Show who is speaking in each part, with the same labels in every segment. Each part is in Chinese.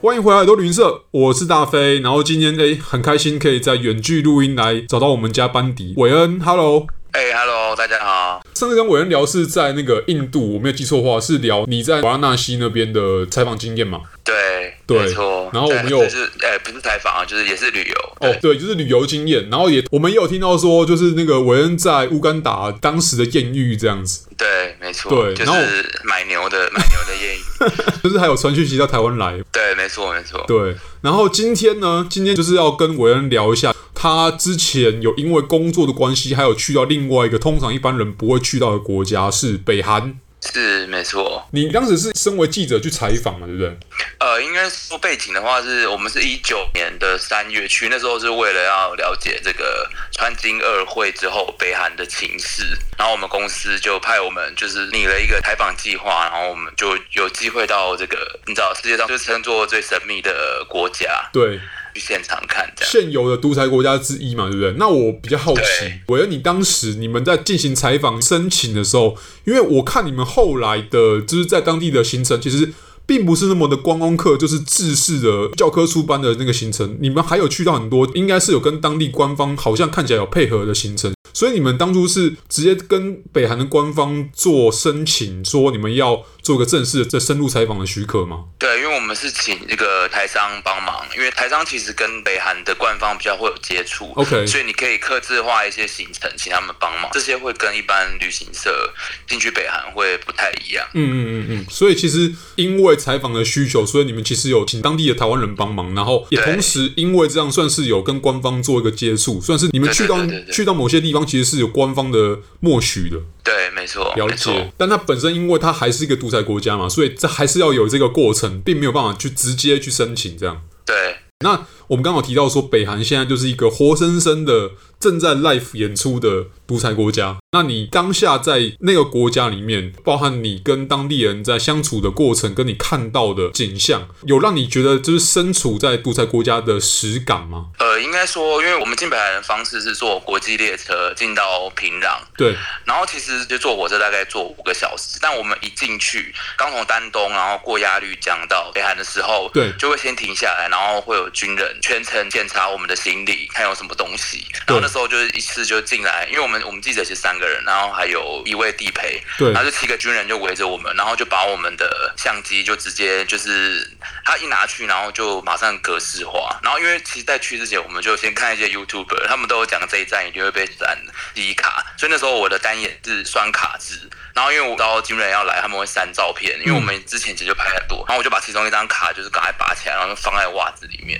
Speaker 1: 欢迎回来，多旅行社，我是大飞。然后今天诶、很开心可以在远距录音来找到我们家班底韦恩，Hello。
Speaker 2: 哎、h e l l o 大家好。
Speaker 1: 上次跟韦恩聊是在那个印度，我没有记错的话，是聊你在瓦拉纳西那边的采访经验嘛？
Speaker 2: 对，
Speaker 1: 对
Speaker 2: 没错。
Speaker 1: 然后我们
Speaker 2: 对
Speaker 1: 有
Speaker 2: 就是，哎、不是采访啊，就是也是旅游。
Speaker 1: 哦，对，就是旅游经验。然后也我们也有听到说，就是那个韦恩在乌干达当时的艳遇这样子，
Speaker 2: 对，没错。
Speaker 1: 对
Speaker 2: 就
Speaker 1: 然后
Speaker 2: 是买牛的买牛的谚语。
Speaker 1: 就是还有传讯息到台湾来。
Speaker 2: 对，没错，没错。
Speaker 1: 对，然后今天呢，今天就是要跟韦恩聊一下，他之前有因为工作的关系，还有去到另外一个通常一般人不会去到的国家是北韩。
Speaker 2: 是没错。
Speaker 1: 你当时是身为记者去采访嘛，对不对？
Speaker 2: 呃，应该说背景的话是，我们是一九年的三月去，那时候是为了要了解这个川金二会之后北韩的情势，然后我们公司就派我们就是拟了一个采访计划，然后我们就有机会到这个你知道世界上就称作最神秘的国家
Speaker 1: 对，
Speaker 2: 去现场看这样。
Speaker 1: 现有的独裁国家之一嘛，对不对？那我比较好奇
Speaker 2: 对，
Speaker 1: 韦恩，你当时你们在进行采访申请的时候，因为我看你们后来的，就是在当地的行程，其实。并不是那么的观光客，就是制式的教科书般的那个行程。你们还有去到很多，应该是有跟当地官方好像看起来有配合的行程，所以你们当初是直接跟北韩的官方做申请，说你们要做个正式的深入采访的许可吗？
Speaker 2: 对，因为我们是请这个台商帮忙，因为台商其实跟北韩的官方比较会有接触
Speaker 1: OK
Speaker 2: 所以你可以克制化一些行程，请他们帮忙，这些会跟一般旅行社进去北韩会不太一样。
Speaker 1: 嗯嗯嗯嗯，所以其实因为采访的需求，所以你们其实有请当地的台湾人帮忙，然后也
Speaker 2: 对
Speaker 1: 同时因为这样算是有跟官方做一个接触，算是你们
Speaker 2: 对
Speaker 1: 去
Speaker 2: 对
Speaker 1: 到
Speaker 2: 对对对
Speaker 1: 去到某些地方其实是有官方的默许的，
Speaker 2: 对，没错，
Speaker 1: 了
Speaker 2: 没错
Speaker 1: 解。。但它本身因为它还是一个独裁国家嘛，所以这还是要有这个过程，并没有办法去直接去申请这样。
Speaker 2: 对，
Speaker 1: 那我们刚好提到说，北韩现在就是一个活生生的正在 live 演出的独裁国家。那你当下在那个国家里面，包含你跟当地人在相处的过程，跟你看到的景象，有让你觉得就是身处在独裁国家的实感吗？
Speaker 2: 呃，应该说，因为我们进北韩的方式是坐国际列车进到平壤，
Speaker 1: 对，
Speaker 2: 然后其实就坐火车大概坐五个小时，但我们一进去，刚从丹东然后过鸭绿江到北韩的时候，
Speaker 1: 对
Speaker 2: 就会先停下来，然后会有军人全程检查我们的行李，看有什么东西。然后那时候就是一次就进来，因为我们我们记者是三个人，然后还有一位地陪，
Speaker 1: 对
Speaker 2: 然后就七个军人就围着我们，然后就把我们的相机就直接就是他一拿去，然后就马上格式化。然后因为其实在去之前，我们就先看一些 YouTuber，他们都有讲这一站一定会被删第一卡，所以那时候我的单眼是双卡制。然后因为我知道军人要来，他们会删照片，因为我们之前其实就拍很多，然后我就把其中一张卡就是赶快拔起来，然后就放在袜子里面，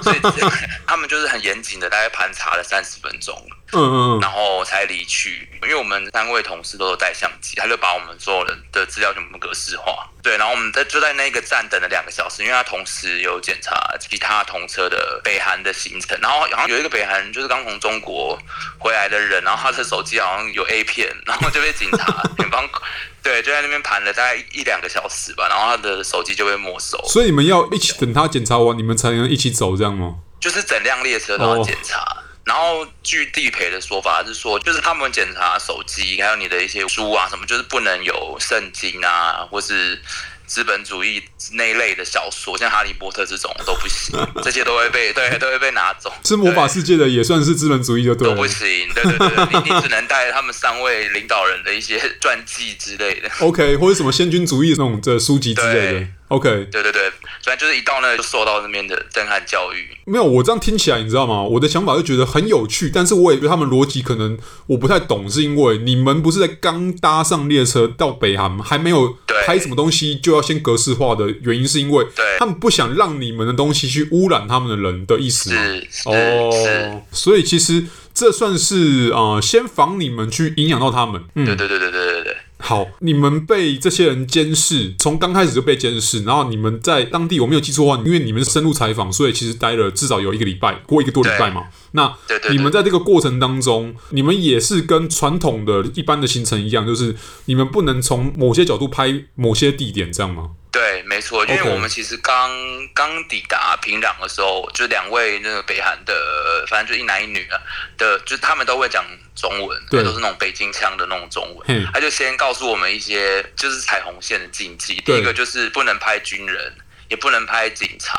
Speaker 2: 所以他们就是很严谨的，大概盘查了三十分钟。
Speaker 1: 嗯嗯嗯，
Speaker 2: 然后才离去。因为我们三位同事都有带相机，他就把我们所有人的资料全部格式化。对，然后我们在就在那个站等了两个小时，因为他同时有检查其他同车的北韩的行程，然后好像有一个北韩人就是刚从中国回来的人，然后他的手机好像有 A 片，然后就被警察警方 对就在那边盘了大概一两个小时吧，然后他的手机就被没收，
Speaker 1: 所以你们要一起等他检查完，你们才能一起走这样吗？
Speaker 2: 就是整辆列车都
Speaker 1: 哦
Speaker 2: 要检查。然后据地陪的说法是说，就是他们检查手机，还有你的一些书啊什么，就是不能有圣经啊，或是资本主义那一类的小说，像《哈利波特》这种都 不行，这些都会被对都会被拿走。
Speaker 1: 是魔法
Speaker 2: 对
Speaker 1: 世界的，也算是资本主义就对
Speaker 2: 都
Speaker 1: 了
Speaker 2: 不。行，对对对，对你你只能带他们三位领导人的一些传记之类的。
Speaker 1: OK，或者什么先军主义那种的书籍之类的
Speaker 2: 对。
Speaker 1: OK，
Speaker 2: 对对对，反正就是一到那就受到那边的震撼教育。
Speaker 1: 没有，我这样听起来，你知道吗？我的想法就觉得很有趣，但是我也觉得他们逻辑可能我不太懂，是因为你们不是在刚搭上列车到北韩，还没有
Speaker 2: 对
Speaker 1: 拍什么东西就要先格式化的原因，是因为
Speaker 2: 对
Speaker 1: 他们不想让你们的东西去污染他们的人的意思吗？
Speaker 2: 是是是，
Speaker 1: 哦，所以其实这算是呃，先防你们去影响到他们。嗯，
Speaker 2: 对对对对对对对。
Speaker 1: 好，你们被这些人监视，从刚开始就被监视，然后你们在当地，我没有记错的话，因为你们是深入采访，所以其实待了至少有一个礼拜，过一个多礼拜嘛。那
Speaker 2: 对对对
Speaker 1: 你们在这个过程当中，你们也是跟传统的一般的行程一样，就是你们不能从某些角度拍某些地点，这样吗？
Speaker 2: 对，没错，因为
Speaker 1: OK
Speaker 2: 我们其实刚刚抵达平壤的时候，就两位那个北韩的，反正就一男一女啊的，就是他们都会讲中文，
Speaker 1: 对
Speaker 2: 都是那种北京腔的那种中
Speaker 1: 嘿
Speaker 2: 文。他就先告诉我们一些就是彩虹线的禁忌，第
Speaker 1: 对
Speaker 2: 一个就是不能拍军人。也不能拍警察。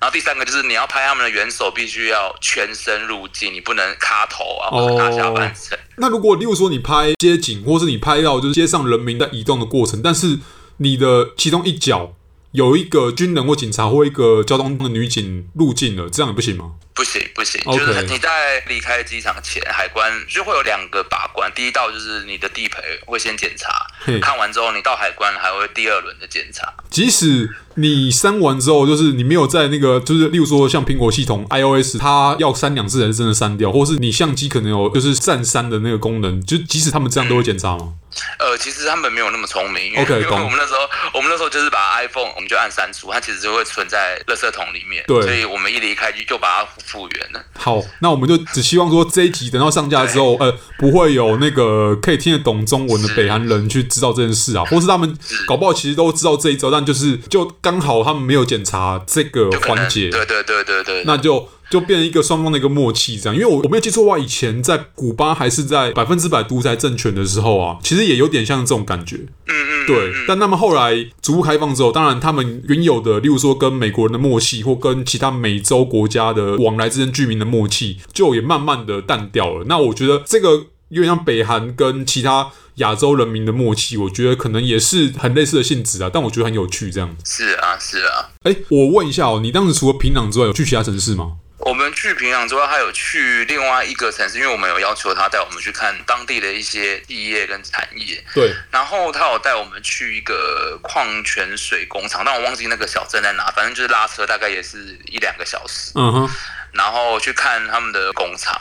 Speaker 2: 然后第三个就是你要拍他们的元首，必须要全身入镜，你不能卡头啊或者
Speaker 1: 哦
Speaker 2: 卡下半身。
Speaker 1: 那如果例如说你拍街景，或是你拍到就是街上人民在移动的过程，但是你的其中一角有一个军人或警察或一个交通的女警入境了，这样也不行吗？
Speaker 2: 不行不行
Speaker 1: OK
Speaker 2: 就是你在离开机场前，海关就会有两个把关，第一道就是你的地陪会先检查
Speaker 1: 嘿，
Speaker 2: 看完之后你到海关还会第二轮的检查。
Speaker 1: 即使你删完之后，就是你没有在那个，就是例如说像苹果系统 iOS，它要删两次才是真的删掉，或是你相机可能有就是暂删的那个功能，就即使他们这样都会检查吗？
Speaker 2: 呃，其实他们没有那么聪明，因为
Speaker 1: OK，
Speaker 2: 因为
Speaker 1: 懂
Speaker 2: 我们那时候，我们那时候就是把 iPhone 我们就按删除，它其实就会存在垃圾桶里面，
Speaker 1: 对
Speaker 2: 所以我们一离开就就把它复原了。
Speaker 1: 好，那我们就只希望说这一集等到上架之后，呃，不会有那个可以听得懂中文的北韩人去知道这件事啊，或是他们搞不好其实都知道这一招，但就是就刚好他们没有检查这个
Speaker 2: 就可能
Speaker 1: 环节，
Speaker 2: 对对对对对，
Speaker 1: 那就就变成一个双方的一个默契，这样。因为我我没有记错的话，以前在古巴还是在百分之百独裁政权的时候啊，其实也有点像这种感觉。
Speaker 2: 嗯嗯，
Speaker 1: 对，但他们后来逐步开放之后，当然他们原有的，例如说跟美国人的默契，或跟其他美洲国家的往来之间居民的默契，就也慢慢的淡掉了。那我觉得这个有点像北韩跟其他亚洲人民的默契，我觉得可能也是很类似的性质啊，但我觉得很有趣这样子。
Speaker 2: 是啊是啊。
Speaker 1: 哎，我问一下哦，你当时除了平壤之外，有去其他城市吗？
Speaker 2: 我们去平壤之外，还有去另外一个城市，因为我们有要求他带我们去看当地的一些地业跟产业，
Speaker 1: 对，
Speaker 2: 然后他有带我们去一个矿泉水工厂，但我忘记那个小镇在哪，反正就是拉车大概也是一两个小时，
Speaker 1: 嗯哼。
Speaker 2: 然后去看他们的工厂，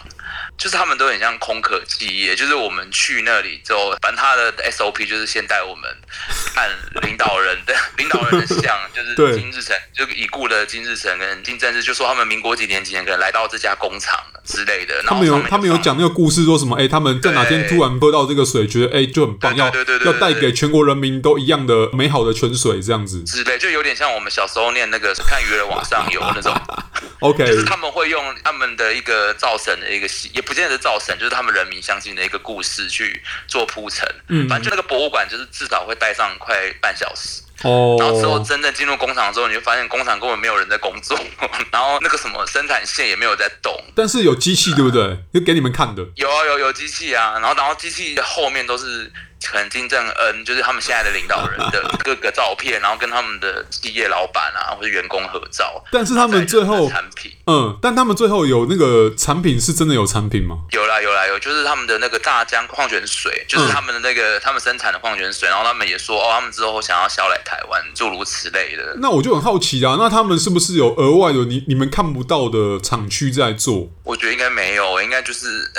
Speaker 2: 就是他们都很像空壳企业，就是我们去那里之后，反正他的 SOP 就是先带我们看领导人的 领导人的像，就是
Speaker 1: 对
Speaker 2: 金日成，就已故的金日成跟金正日，就说他们民国几年几年可能来到这家工厂之类的，然
Speaker 1: 他
Speaker 2: 后
Speaker 1: 们有
Speaker 2: 上面
Speaker 1: 他们有
Speaker 2: 放
Speaker 1: 讲那个故事，说什么？哎、他们在哪天
Speaker 2: 对
Speaker 1: 突然喝到这个水，觉得哎、就很棒，
Speaker 2: 对对对对对
Speaker 1: 要
Speaker 2: 对
Speaker 1: 要带给全国人民都一样的美好的泉水这样子。
Speaker 2: 之类，就有点像我们小时候念那个看鱼儿往上游那种，
Speaker 1: OK，
Speaker 2: 就是他们会用他们的一个造神的一个习，也不见得是造神，就是他们人民相信的一个故事去做铺陈。
Speaker 1: 嗯
Speaker 2: 反正就那个博物馆，就是至少会待上快半小时。然后之后
Speaker 1: 哦，
Speaker 2: 真正进入工厂之后，你就发现工厂根本没有人在工作， 然后那个什么生产线也没有在动。
Speaker 1: 但是有机器对不对？就给你们看的。
Speaker 2: 有啊有有机器啊，然后然后机器后面都是可能金正恩，就是他们现在的领导人 的各个照片，然后跟他们的企业老板啊或者员工合照。
Speaker 1: 但是他们最
Speaker 2: 再就是
Speaker 1: 后，
Speaker 2: 产品
Speaker 1: 嗯，但他们最后有那个产品是真的有产品吗？
Speaker 2: 有啦有啦有，就是他们的那个大江矿泉
Speaker 1: 嗯
Speaker 2: 水，就是他们的那个、他们生产的矿泉水，然后他们也说哦，他们之后想要销来台湾，诸如此类的。
Speaker 1: 那我就很好奇啊，那他们是不是有额外的你你们看不到的厂区在做
Speaker 2: 我觉得应该没有，应该就是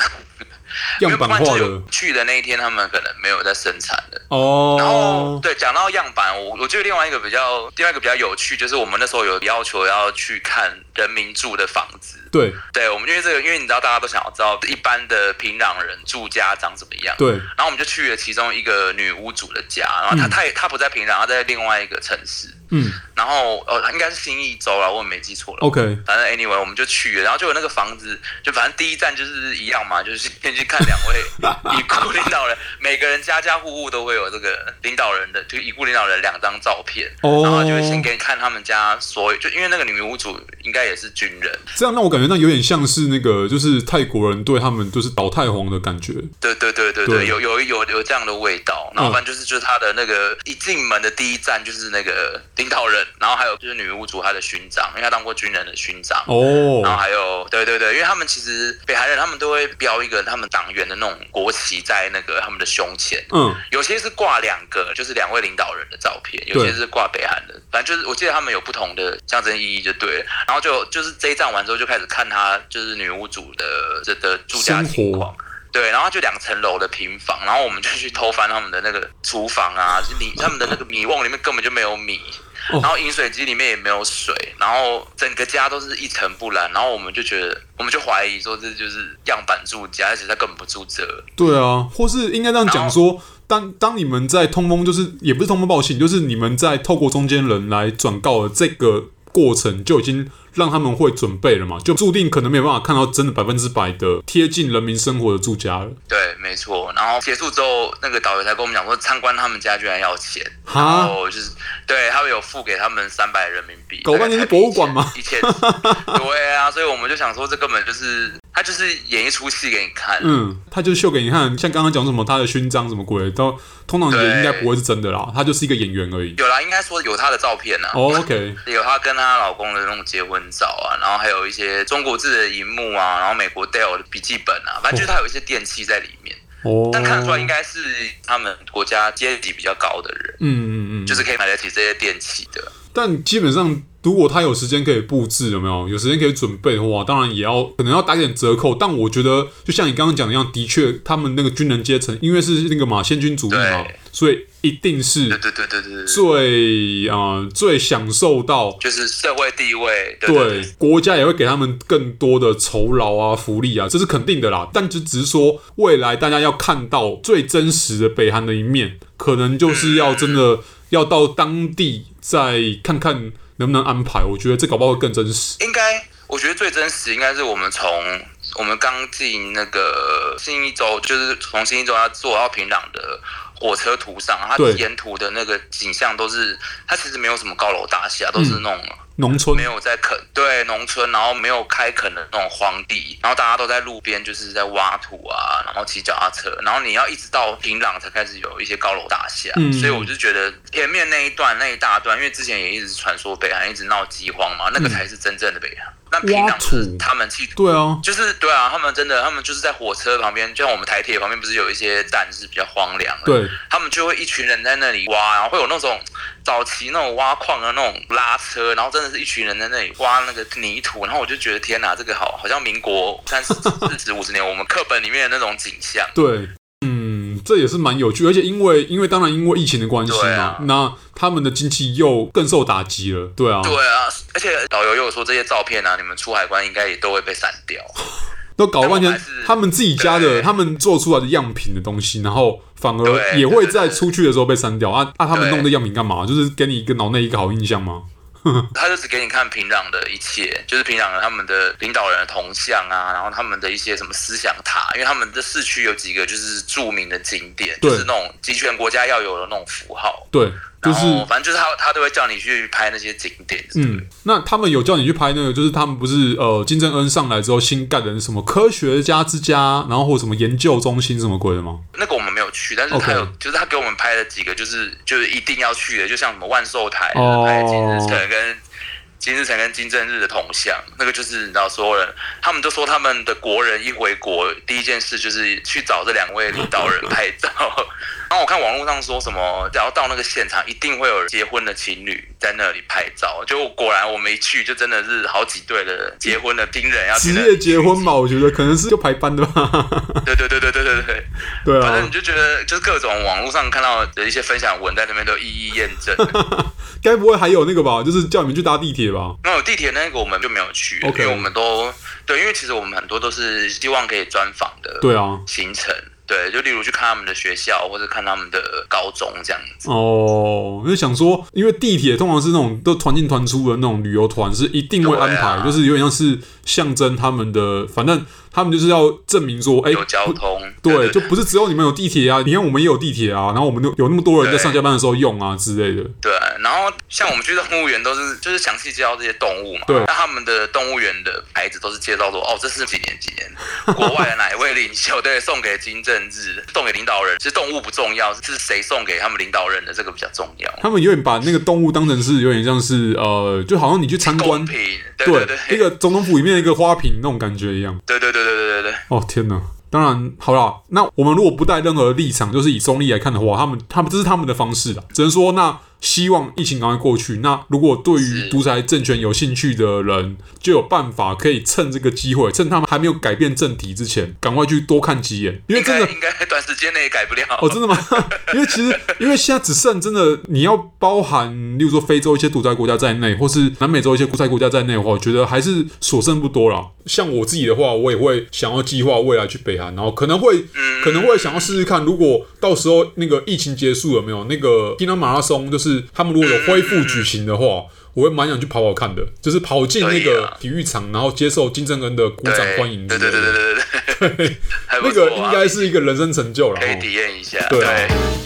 Speaker 1: 样板化
Speaker 2: 因为不然就有
Speaker 1: 的？
Speaker 2: 去的那一天，他们可能没有在生产的。然后
Speaker 1: 哦，
Speaker 2: 对，讲到样板，我我觉得另外一个比较另外一个比较有趣，就是我们那时候有要求要去看人民住的房子。
Speaker 1: 对
Speaker 2: 对，我们因为这个，因为你知道大家都想要知道一般的平壤人住家长怎么样。
Speaker 1: 对，
Speaker 2: 然后我们就去了其中一个女屋主的家，然后她
Speaker 1: 嗯
Speaker 2: 她也她不在平壤，她在另外一个城市，
Speaker 1: 嗯
Speaker 2: 然后呃她应该是新义州啦，我也没记错了。
Speaker 1: ，OK，
Speaker 2: 反正 anyway 我们就去了，然后就有那个房子，就反正第一站就是一样嘛，就是先去看两位已故领导人，每个人家家户户都会有这个领导人的，就已故领导人两张照片，
Speaker 1: 哦
Speaker 2: 然后就会先给你看他们家所有，就因为那个女屋主应该也是军人，
Speaker 1: 这样让我感觉到有点像是那个，就是泰国人对他们就是老太皇的感觉。
Speaker 2: 对对对对
Speaker 1: 对
Speaker 2: 对，有有有有这样的味道。然后
Speaker 1: 嗯
Speaker 2: 反正就是就是他的那个一进门的第一站就是那个领导人，然后还有就是女巫族他的勋章，因为他当过军人的勋章。然后
Speaker 1: 哦，
Speaker 2: 还有，对对对，因为他们其实北韩人他们都会标一个他们党员的那种国旗在那个他们的胸前，
Speaker 1: 嗯，
Speaker 2: 有些是挂两个，就是两位领导人的照片，有些是挂北韩的，反正就是我记得他们有不同的象征意义就对了。然后就就是这一站完之后就开始看他就是女屋主的这的住家情
Speaker 1: 生
Speaker 2: 况
Speaker 1: 活。
Speaker 2: 对，然后就两层楼的平房，然后我们就去偷翻他们的那个厨房啊，就是米他们的那个米瓮里面根本就没有米，
Speaker 1: 哦
Speaker 2: 然后饮水机里面也没有水，然后整个家都是一尘不染，然后我们就觉得，我们就怀疑说这就是样板住家，而且他根本不住这儿。
Speaker 1: 对啊，或是应该这样讲说，当当你们在通风，就是也不是通风报信，就是你们在透过中间人来转告了这个过程就已经让他们会准备了嘛，就注定可能没有办法看到真的百分之百的贴近人民生活的住家了。
Speaker 2: 对，没错。然后结束之后，那个导游才跟我们讲说，参观他们家居然要钱，
Speaker 1: 哈
Speaker 2: 然后就是对他们有付给他们三百人民币，
Speaker 1: 搞半天是博物馆吗
Speaker 2: 一千，1000 对啊，所以我们就想说，这根本就是他就是演一出戏给你看，
Speaker 1: 嗯，他就秀给你看，像刚刚讲什么他的勋章什么鬼的，都通常也
Speaker 2: 对
Speaker 1: 应该不会是真的啦，他就是一个演员而已。
Speaker 2: 有啦，应该说有他的照片呐、啊。
Speaker 1: 哦 OK，
Speaker 2: 有她跟她老公的那种结婚照啊，然后还有一些中国字的荧幕啊，然后美国 Dell 的笔记本啊，反正就是她有一些电器在里面，
Speaker 1: 哦，
Speaker 2: 但看得出来应该是他们国家阶级比较高的人，
Speaker 1: 嗯嗯嗯，
Speaker 2: 就是可以买得起这些电器的。
Speaker 1: 但基本上，如果他有时间可以布置，有没有？有时间可以准备的话，当然也要可能要打点折扣。但我觉得，就像你刚刚讲的一样，的确，他们那个军人阶层，因为是那个嘛先军主义嘛
Speaker 2: 对，
Speaker 1: 所以一定
Speaker 2: 对
Speaker 1: 是
Speaker 2: 对对对对对，
Speaker 1: 最啊、呃最享受到。
Speaker 2: 就是社会地位，对对
Speaker 1: 对，国家也会给他们更多的酬劳啊、福利啊，这是肯定的啦。但就只是说，未来大家要看到最真实的北韩的一面，可能就是要真
Speaker 2: 嗯
Speaker 1: 的要到当地再看看能不能安排。我觉得这搞不好会更真实。
Speaker 2: 应该我觉得最真实应该是我们从我们刚进那个新一周，就是从新一周要坐到平壤的火车途上，它
Speaker 1: 对
Speaker 2: 沿途的那个景象都是，它其实没有什么高楼大厦，
Speaker 1: 嗯
Speaker 2: 都是那种。
Speaker 1: 农村
Speaker 2: 没有在垦，对农村，然后没有开垦的那种荒地，然后大家都在路边就是在挖土啊，然后骑脚踏车，然后你要一直到平壤才开始有一些高楼大厦，
Speaker 1: 嗯
Speaker 2: 所以我就觉得前面那一段那一大段，因为之前也一直传说北韩一直闹饥荒嘛，那个才是真正的北韩。那平壤就
Speaker 1: 挖土
Speaker 2: 是他们企图。
Speaker 1: 对啊，
Speaker 2: 就是对啊，他们真的，他们就是在火车旁边，就像我们台铁旁边，不是有一些站是比较荒凉的，
Speaker 1: 对，
Speaker 2: 他们就会一群人在那里挖，然后会有那种早期那种挖矿的啊那种拉车，然后真的是一群人在那里挖那个泥土，然后我就觉得天哪，这个好好像民国三十四十五十年我们课本里面的那种景象。
Speaker 1: 对，嗯，这也是蛮有趣，而且因为因为当然因为疫情的关系嘛，
Speaker 2: 对啊
Speaker 1: 那他们的经济又更受打击了，对啊，
Speaker 2: 对啊，而且导游又有说这些照片啊，你们出海关应该也都会被删掉。啊
Speaker 1: 都搞了半天
Speaker 2: 但我还是，
Speaker 1: 他们自己家的
Speaker 2: 对
Speaker 1: 他们做出来的样品的东西，然后反而
Speaker 2: 对
Speaker 1: 也会在出去的时候被删掉啊啊！他们
Speaker 2: 对
Speaker 1: 弄的样品干嘛？就是给你一个脑内一个好印象吗？
Speaker 2: 他就只给你看平壤的一切，就是平壤人他们的领导人的铜像啊，然后他们的一些什么思想塔，因为他们的市区有几个就是著名的景点，
Speaker 1: 对
Speaker 2: 就是那种集权国家要有的那种符号。
Speaker 1: 对，就
Speaker 2: 然
Speaker 1: 是
Speaker 2: 后反正就是他他都会叫你去拍那些景点，
Speaker 1: 嗯，那他们有叫你去拍那个，就是他们不是呃金正恩上来之后新盖的什么科学家之家，然后或者什么研究中心什么鬼的吗？
Speaker 2: 那个我们没有去，但是
Speaker 1: OK
Speaker 2: 他有就是他给我们拍了几个，就是就是一定要去的，就像什么万寿台、
Speaker 1: 哦
Speaker 2: 还有金日成跟金日成跟金正日的铜像，那个就是你知道所有人，他们都说他们的国人一回国第一件事就是去找这两位领导人拍 照。然后我看网络上说什么，只要到那个现场，一定会有结婚的情侣在那里拍照。就果然我们一去，就真的是好几对的结婚的新人要去
Speaker 1: 职
Speaker 2: 那里
Speaker 1: 业结婚吧，我觉得可能是就排班的吧。
Speaker 2: 对对对对对对对。
Speaker 1: 对
Speaker 2: 反
Speaker 1: 啊
Speaker 2: 正你，就觉得，就是各种网络上看到的一些分享文在那边都一一验 证。
Speaker 1: 该不会还有那个吧？就是叫你们去搭地铁吧？
Speaker 2: 那有地铁那个我们就没有去
Speaker 1: OK
Speaker 2: 因为我们都对，因为其实我们很多都是希望可以专访的
Speaker 1: 对啊，
Speaker 2: 行程，对，就例如去看他们的学校或者看他们的高中这样子。
Speaker 1: 哦，我就想说，因为地铁通常是那种都团进团出的那种旅游团，是一定会安排，
Speaker 2: 对啊
Speaker 1: 就是有点像是象征他们的，反正他们就是要证明说，哎、
Speaker 2: 有交
Speaker 1: 不
Speaker 2: 通，
Speaker 1: 对，就不是只有你们有地铁啊，你看我们也有地铁啊，然后我们有有那么多人在
Speaker 2: 对
Speaker 1: 上下班的时候用啊之类的。
Speaker 2: 对，然后像我们去动物园都是就是详细介绍这些动物嘛，
Speaker 1: 对
Speaker 2: 那他们的动物园的牌子都是介绍说，哦，这是几年几年国外的哪一位领袖， 对，送给金正日，送给领导人，其实动物不重要，是谁送给他们领导人的这个比较重要，
Speaker 1: 他们有点把那个动物当成是有点像是呃，就好像你去参观
Speaker 2: 公，平，对对对，
Speaker 1: 那个总统府里面的一个花瓶那种感觉一样。
Speaker 2: 对对对对对对对，
Speaker 1: 哦天哪！当然，好啦，那我们如果不带任何立场，就是以中立来看的话，他们他们这是他们的方式啦。只能说，那希望疫情赶快过去。那如果对于
Speaker 2: 是
Speaker 1: 独裁政权有兴趣的人，就有办法可以趁这个机会，趁他们还没有改变政体之前，赶快去多看几眼，因为
Speaker 2: 应
Speaker 1: 真
Speaker 2: 该
Speaker 1: 的。
Speaker 2: 应该短时间内也改不了，
Speaker 1: 哦，真的吗？ 因为其实，因为现在只剩真的，你要包含，例如说非洲一些独裁国家在内，或是南美洲一些独裁国家在内的话，我觉得还是所剩不多了。像我自己的话，我也会想要计划未来去北韩，然后可能会，
Speaker 2: 嗯
Speaker 1: 可能会想要试试看，如果到时候那个疫情结束了没有，那个平壤马拉松就是是他们如果有恢复举行的话，我会蛮想去跑跑看的，就是跑进那
Speaker 2: 可以
Speaker 1: 个
Speaker 2: 啊
Speaker 1: 体育场，然后接受金正恩的鼓掌
Speaker 2: 对
Speaker 1: 欢迎之
Speaker 2: 对
Speaker 1: 类的。
Speaker 2: 对 对对对对，还
Speaker 1: 那
Speaker 2: 不
Speaker 1: 个
Speaker 2: 错
Speaker 1: 应
Speaker 2: 啊
Speaker 1: 该是一个人生成就了。
Speaker 2: 可以
Speaker 1: 哦
Speaker 2: 体验一下，
Speaker 1: 对啊
Speaker 2: 对